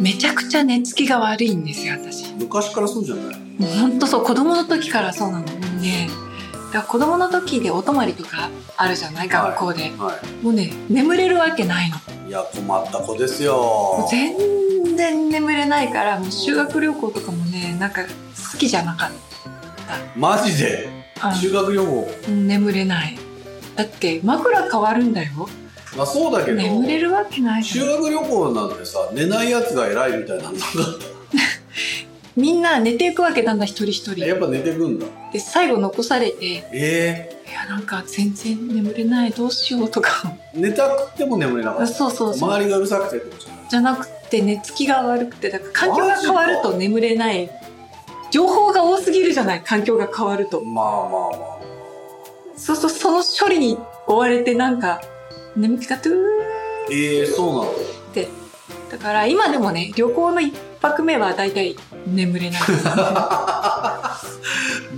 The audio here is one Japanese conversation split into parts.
めちゃくちゃ寝つきが悪いんですよ私昔からそうじゃないもうほんとそう子供の時からそうなのもうねだから子供の時でお泊まりとかあるじゃない学校で、はもうね眠れるわけないのいいや困った子ですよもう全然眠れないからもう修学旅行とかもねなんか好きじゃなかっマジでたあの修学旅行うん眠れないだって枕変わるんだよまあそうだけど眠れるわけないじゃ修ん学旅行なんてさ寝ないやつが偉いみたいなのがみんな寝ていくわけなんだ一人一や人っぱ寝てくんだで最後残されていえやなんか全然眠れないどうしようと かー、寝たくても眠れなかったそうそうそう周りがうるさくてってことじゃないじゃなくて寝つきが悪くてだから環境が変わると眠れない情報が多すぎるじゃない環境が変わるとまあまあまあそうそうその処理に追われてなんか眠気がトゥーええー、そうなのってだから今でもね旅行の一泊目は大体眠れない です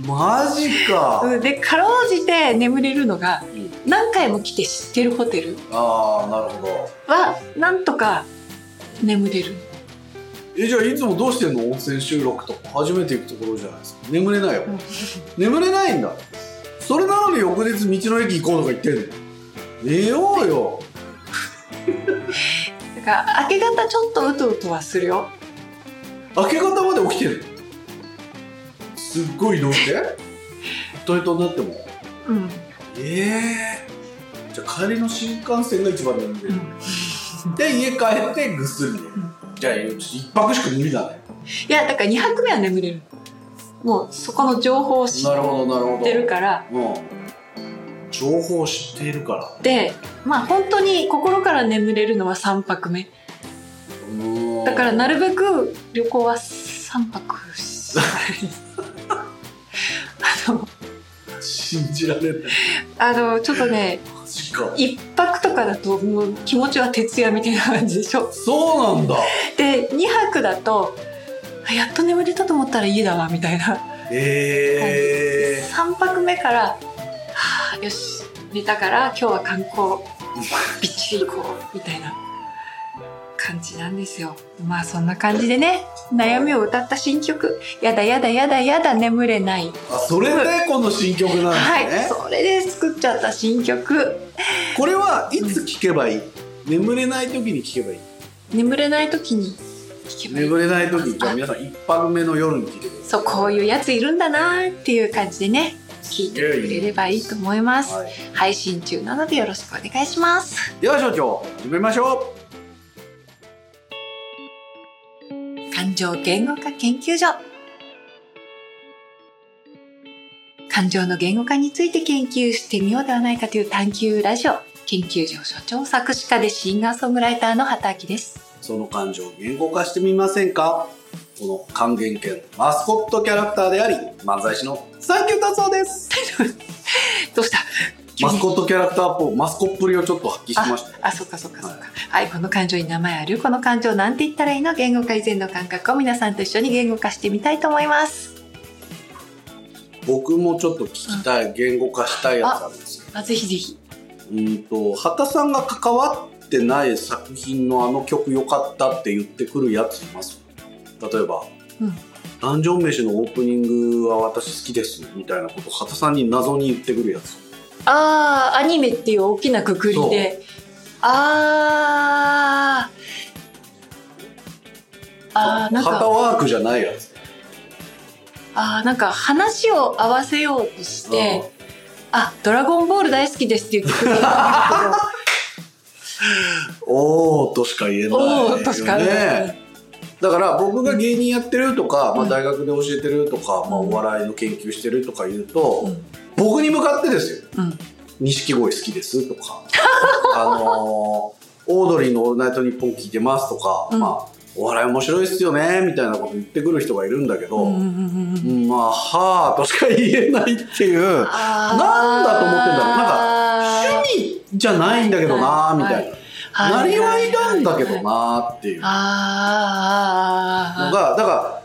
マジか、うんでかろうじて眠れるのがうん何回も来て知ってるホテルああなるほどはなんとか眠れるえじゃあいつもどうしてんの温泉収録とか初めて行くところじゃないですか眠れないよ、うん眠れないんだそれなのに翌日道の駅行こうとか言ってんの寝ようよだから明け方ちょっとうとうとはするよ明け方まで起きてるすっごい移動してトイトになってもうん、ええじゃあ帰りの新幹線が一番眠れうる、んで家帰ってぐっすり寝る、んじゃあ一泊しか無理だねいやだから2泊目は眠れるもうそこの情報を知なるっほどなるほどてるからもうん情報を知っているからでまあ本当に心から眠れるのは3泊目だからなるべく旅行は3泊しあの信じられないあのちょっとねマジか一泊とかだともう気持ちは徹夜みたいな感じでしょそうなんだで2泊だとあやっと眠れたと思ったら家だわみたいなえ3泊目から「はあよし寝たから今日は観光びっちり行こう」みたいな感じなんですよまあそんな感じでね悩みを歌った新曲「やだやだやだやだ眠れないー、あそれでこの新曲」なんはですねい、それで作っちゃった新曲これはいつ聴けばいい眠れない時に聴けばいい眠れない時に聴けばいい眠れない時じゃあ皆さん一泊目の夜に聴いてくだそうこういうやついるんだなーっていう感じでね聞いてくれればいいと思います、さい、はい、配信中なのでよろしくお願いしますでは所長始めましょ感情言語化研究所感情の言語化について研究してみようではないかという探求ラジオ研究所所長作詞家でシンガーソングライターの畑明ですうその感情を言語化してみませんかこの還元犬マスコットキャラクターであり漫才師のサンキュー達夫ですどうしたマスコットキャラクターっぽいマスコっぷりをちょっと発揮しましたあ、そうかそうかそうか。はい、この感情に名前ある、この感情なんて言ったらいいの言語化以前の感覚を皆さんと一緒に言語化してみたいと思います。僕もちょっと聞きたい言語化したいやつあるんですよあ、ぜひぜひ。うんと畑さんが関わってない作品のあの曲良かったって言ってくるやついます例えばうん「ダンジョン飯のオープニングは私好きです」みたいなこと畑さんに謎に言ってくるやつあー、アニメっていう大きなくくりで。あー。あーなん畑かワークじゃないやつあーなんか話を合わせようとして「あドラゴンボール大好きです」って言ってくれるんだ「おお」としか言けえないどおーとしか言えないねだから僕が芸人やってるとか、まうあ、ん大学で教えてるとか、まあ、うんお笑いの研究してるとか言うと、うん僕に向かってですよ うん錦鯉好きですとか、あのーオードリーのオールナイトニッポン聞いてますとか、うんまあ、お笑い面白いっすよね、みたいなこと言ってくる人がいるんだけど、うんうんうんうんうんまあ、はぁとしか言えないっていう、なんだと思ってんだろうなんか趣味じゃないんだけどなはぁ、いみたいな。なりわいなんだけどなぁっていうのが、あーあーあーあーだから、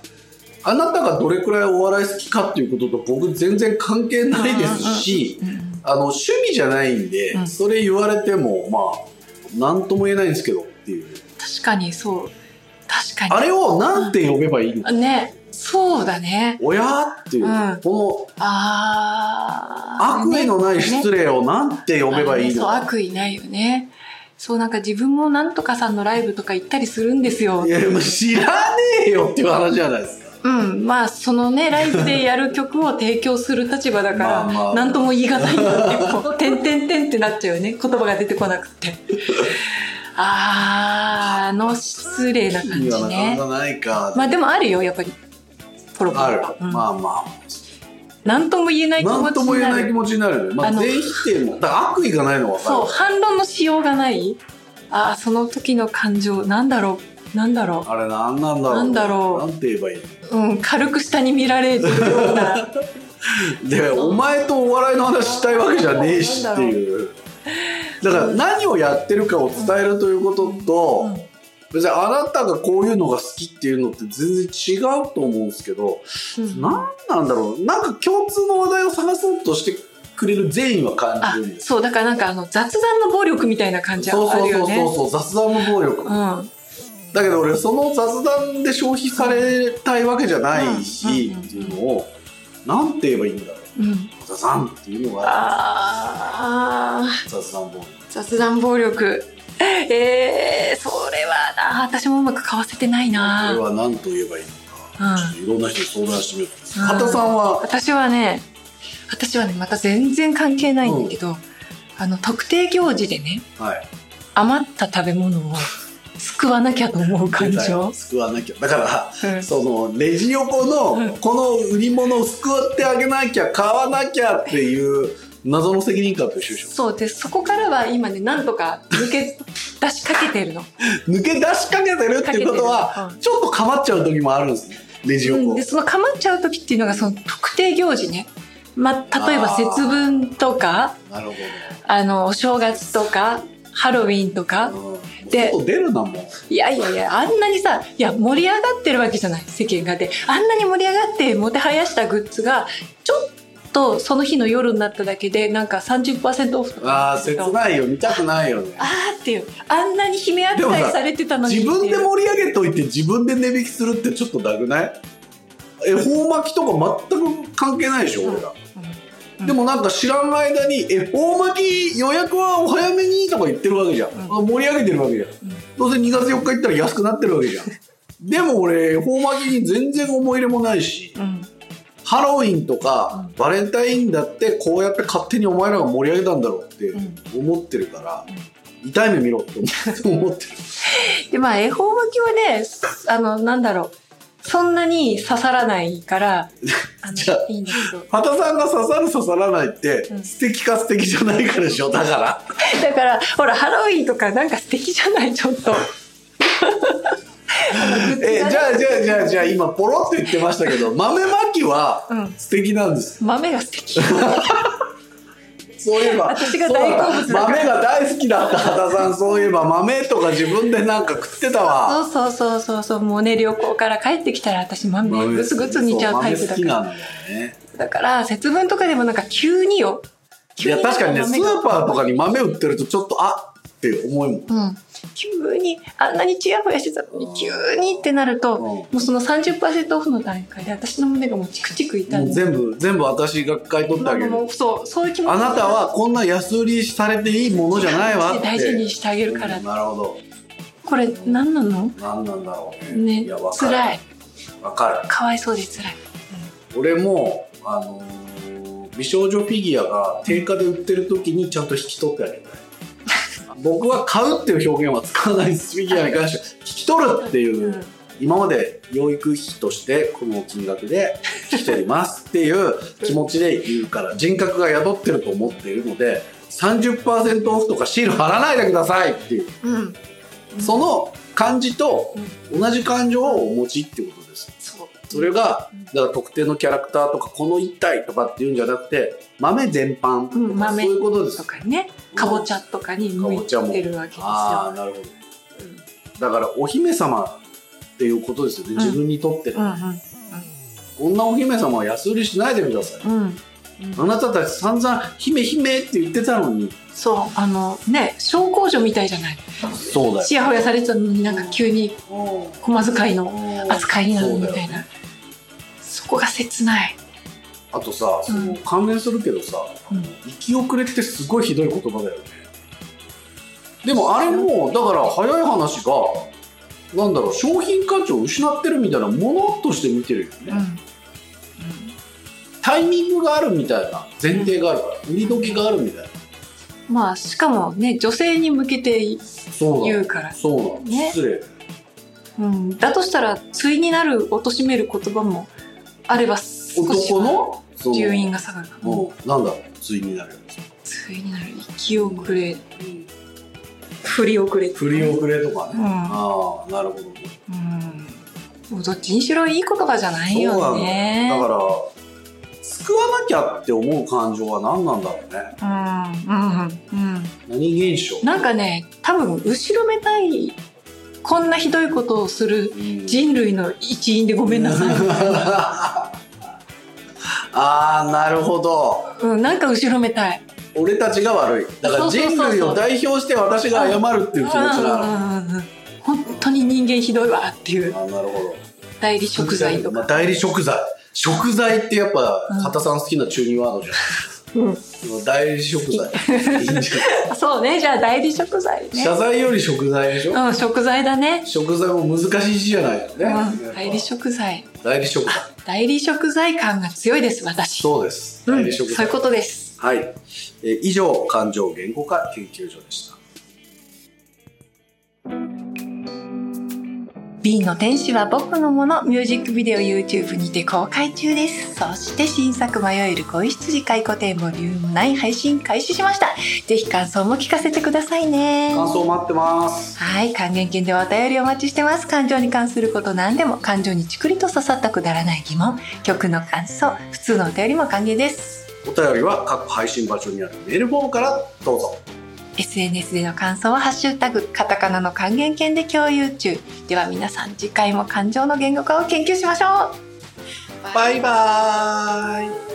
あなたがどれくらいお笑い好きかっていうことと僕全然関係ないですし、うんあの趣味じゃないんで、うんそれ言われてもまあ何とも言えないんですけどっていう確かにそう確かあれをなんて呼べばいいのに。ね、そうだね。親っていう、うんこあのあ。悪意のない失礼をなんて呼べばいいあのねそうの、悪意ないよねそうなんか自分もなんとかさんのライブとか行ったりするんですよいや、もう知らねえよっていう話じゃないですか。うんまあそのねライブでやる曲を提供する立場だから まあまあなんとも言い難いん だけど「てんてんてん」ってなっちゃうよね言葉が出てこなくてあーあの失礼な感意味はじなねかなかないか。まあでもあるよやっぱりポロポロある、うんまあまなんとも言えなあ。い気持なんちともに言えなない気る持ちになるよね。まあ、あの全否定も。だから悪意がないのは分かるそう。反論のしようがないああその時の感情なんだろうなんだろうあれなんなんだろう。なんだろうなんて言えばいいうん、軽く下に見られるようなので、お前とお笑いの話したいわけじゃねえしっていう。だから何をやってるかを伝えるということと、うん別にあなたがこういうのが好きっていうのって全然違うと思うんですけど、なんなんだろうなんか共通の話題を探そうとしてくれる善意は感あじるんですそうだからなんかあの雑談の暴力みたいな感じはそうあそるうそようねそうそう雑談の暴力、うんだけど俺その雑談で消費されたいわけじゃないし、うんうんうんっていうのをなんて言えばいいんだろううん雑談っていうのがあー雑談暴力雑談暴力えー、それはな私もうまく買わせてないこれな、うん、は何と言えばいいのか、ちょっといろんな人に相談してみよううん畑、さんは私はね私はねまた全然関係ないんだけど、あの特定行事でねはい余った食べ物を救わなきゃと思う感現在情は、救わなきゃだからうんそのレジ横うんのこの売り物を救ってあげなきゃ買わなきゃっていう謎の責任感と一緒でしょそうでそこからは今ねなんとか抜け出しかけてるの。 抜け出しかけてるっていうことかけてはるちょっとかまっちゃう時もあるんですねレジうん横でその構っちゃう時っていうのがその特定行事ね、まあ、例えばあー節分とかなるほあのお正月とかハロウィンとかど、うん、で外出るなもんいやいやいやあんなにさいや盛り上がってるわけじゃない世間がであんなに盛り上がってもてはやしたグッズがちょっとその日の夜になっただけでなんか30%オフとかああ切ないよ見たくないよねあーっていうあんなに悲鳴扱でもいさされてたのにっ自ていう分で盛り上げといて自分で値引きするってちょっとだくないえ恵巻きとか全く関係ないでしょ俺ら、うんでもなんか知らん間に「え恵巻き予約はお早めに」とか言ってるわけじゃん、う盛り上げてるわけじゃん、どうせ2月4日行ったら安くなってるわけ じゃんでも俺恵巻きに全然思い入れもないし、うんハロウィンとか、バレンタインだってこうやって勝手にお前らが盛り上げたんだろうってうん思ってるから、痛い目見ろって思 ってるで、まあ、恵方巻きはね、すあの、なんだろう。そんなに刺さらないから、あじゃあの、いいんだけど。畑さんが刺さる刺さらないって、うん素敵か素敵じゃないかでしょだ からだから、ほら、ハロウィンとかなんか素敵じゃない、ちょっと。えじゃあじゃあじゃあじゃあ今ポロって言ってましたけど豆まきはうん素敵なんです、豆が素敵。そういえば私が大好物だからそうだ豆が大好きだった畑さんそういえば豆とか自分でなんか食ってたわそうそうそうそうそう、もうね、旅行から帰ってきたら私豆ぐつぐつ煮ちゃうタイプだそう豆好きから。なんだよねだから、節分とかでもなんか急によ。い急や確かにねス豆がーパーとかに豆売ってるとちょっとあって思いもんうん、急にあんなにチヤホヤしてたのに急にってなると、うんもうその30%オフの段階で私の胸がもうチクチク痛もんうで全部全部私が買い取ってまああげもるうそうそういう気持ちあなたはこんな安売りされていいものじゃないわって大事にしてあげるからうんなるほどこれ何なの何なんだろうねねいやわかる辛いわかるかわいそうで辛い俺もあのー美少女フィギュアが定価で売ってる時にちゃんと引き取って あげたい僕は買うっていう表現は使わないですフィギュアに関しては引き取るっていう、うん今まで養育費としてこの金額で引き取りますっていう気持ちで言うから人格が宿ってると思っているので30%オフとかシール貼らないでくださいっていううんその感じと同じ感情をお持ちっていうことですそうそれがうんだから特定のキャラクターとかこの一体とかっていうんじゃなくて豆全般とか、うん豆そういうことでとすかねかぼちゃとかに向いてるわけですよ、ああなるほどだからお姫様っていうことですよね、ん自分にとって、うん、うんこんなお姫様は安売りしないでくださいうんうんあなたたち散々「姫姫」って言ってたのにそうあのね小公女みたいじゃないそうだよちやほやされてたのになんか急に駒遣いの扱いになるみたいそうだよなそこが切ない、あとさ、その関連するけどさうん生き遅れってすごいひどい言葉だよねでもあれもだから早い話がなんだろう商品価値を失ってるみたいなものとして見てるよね、うんうんタイミングがあるみたいな前提があるから、売り時があるみたいなまあしかもね女性に向けてそうな言のうから、そうなの、ね失礼うん、だとしたら対になる貶める言葉もあれば少し男のそ留飲が下がるかもうん、なんだろう対になるやつ対になる生き遅れ振り遅れ振り遅れとかね、うんああなるほどねうんもうどっちにしろいい言葉じゃないよねそうなのだから救わなきゃって思う感情は何なんだろうねうんうんうん何現象なんかね多分後ろめたいこんなひどいことをするうん人類の一員でごめんなさ い、ああなるほどうん、なんか後ろめたい俺たちが悪いだからそうそう人そうそう類を代表して私が謝るっていう気持ちがあるうんうんうんうん本当に人間ひどいわっていうあーなるほど代理食材とまあか、代理食材食材ってやっぱうん片さん好きなチューニングワードじうんゃん、代理食 材いいんじゃないそうねじゃあ代理食材ね謝罪より食材でしょ、うん食材だね、食材も難しい字じゃないよね、うやっん、ぱ代理食材代理食材代理食材感が強いです私そうですう代ん理そう食い材、うことですはい、えー以上感情言語化研究所でした「B の天使は僕のもの」ミュージックビデオ YouTube にて公開中ですそして新作「迷える恋羊回顧展」ボリューム9配信開始しましたぜひ感想も聞かせてくださいね感想待ってますはい還元券でお便りお待ちしてます感情に関すること何でも感情にちくりと刺さったくだらない疑問曲の感想普通のお便りも歓迎ですお便りは各配信場所にあるメールフォームからどうぞ SNS での感想は「ハッシュタグカタカナの還元券」で共有中では皆さん次回も感情の言語化を研究しましょうバイバーイ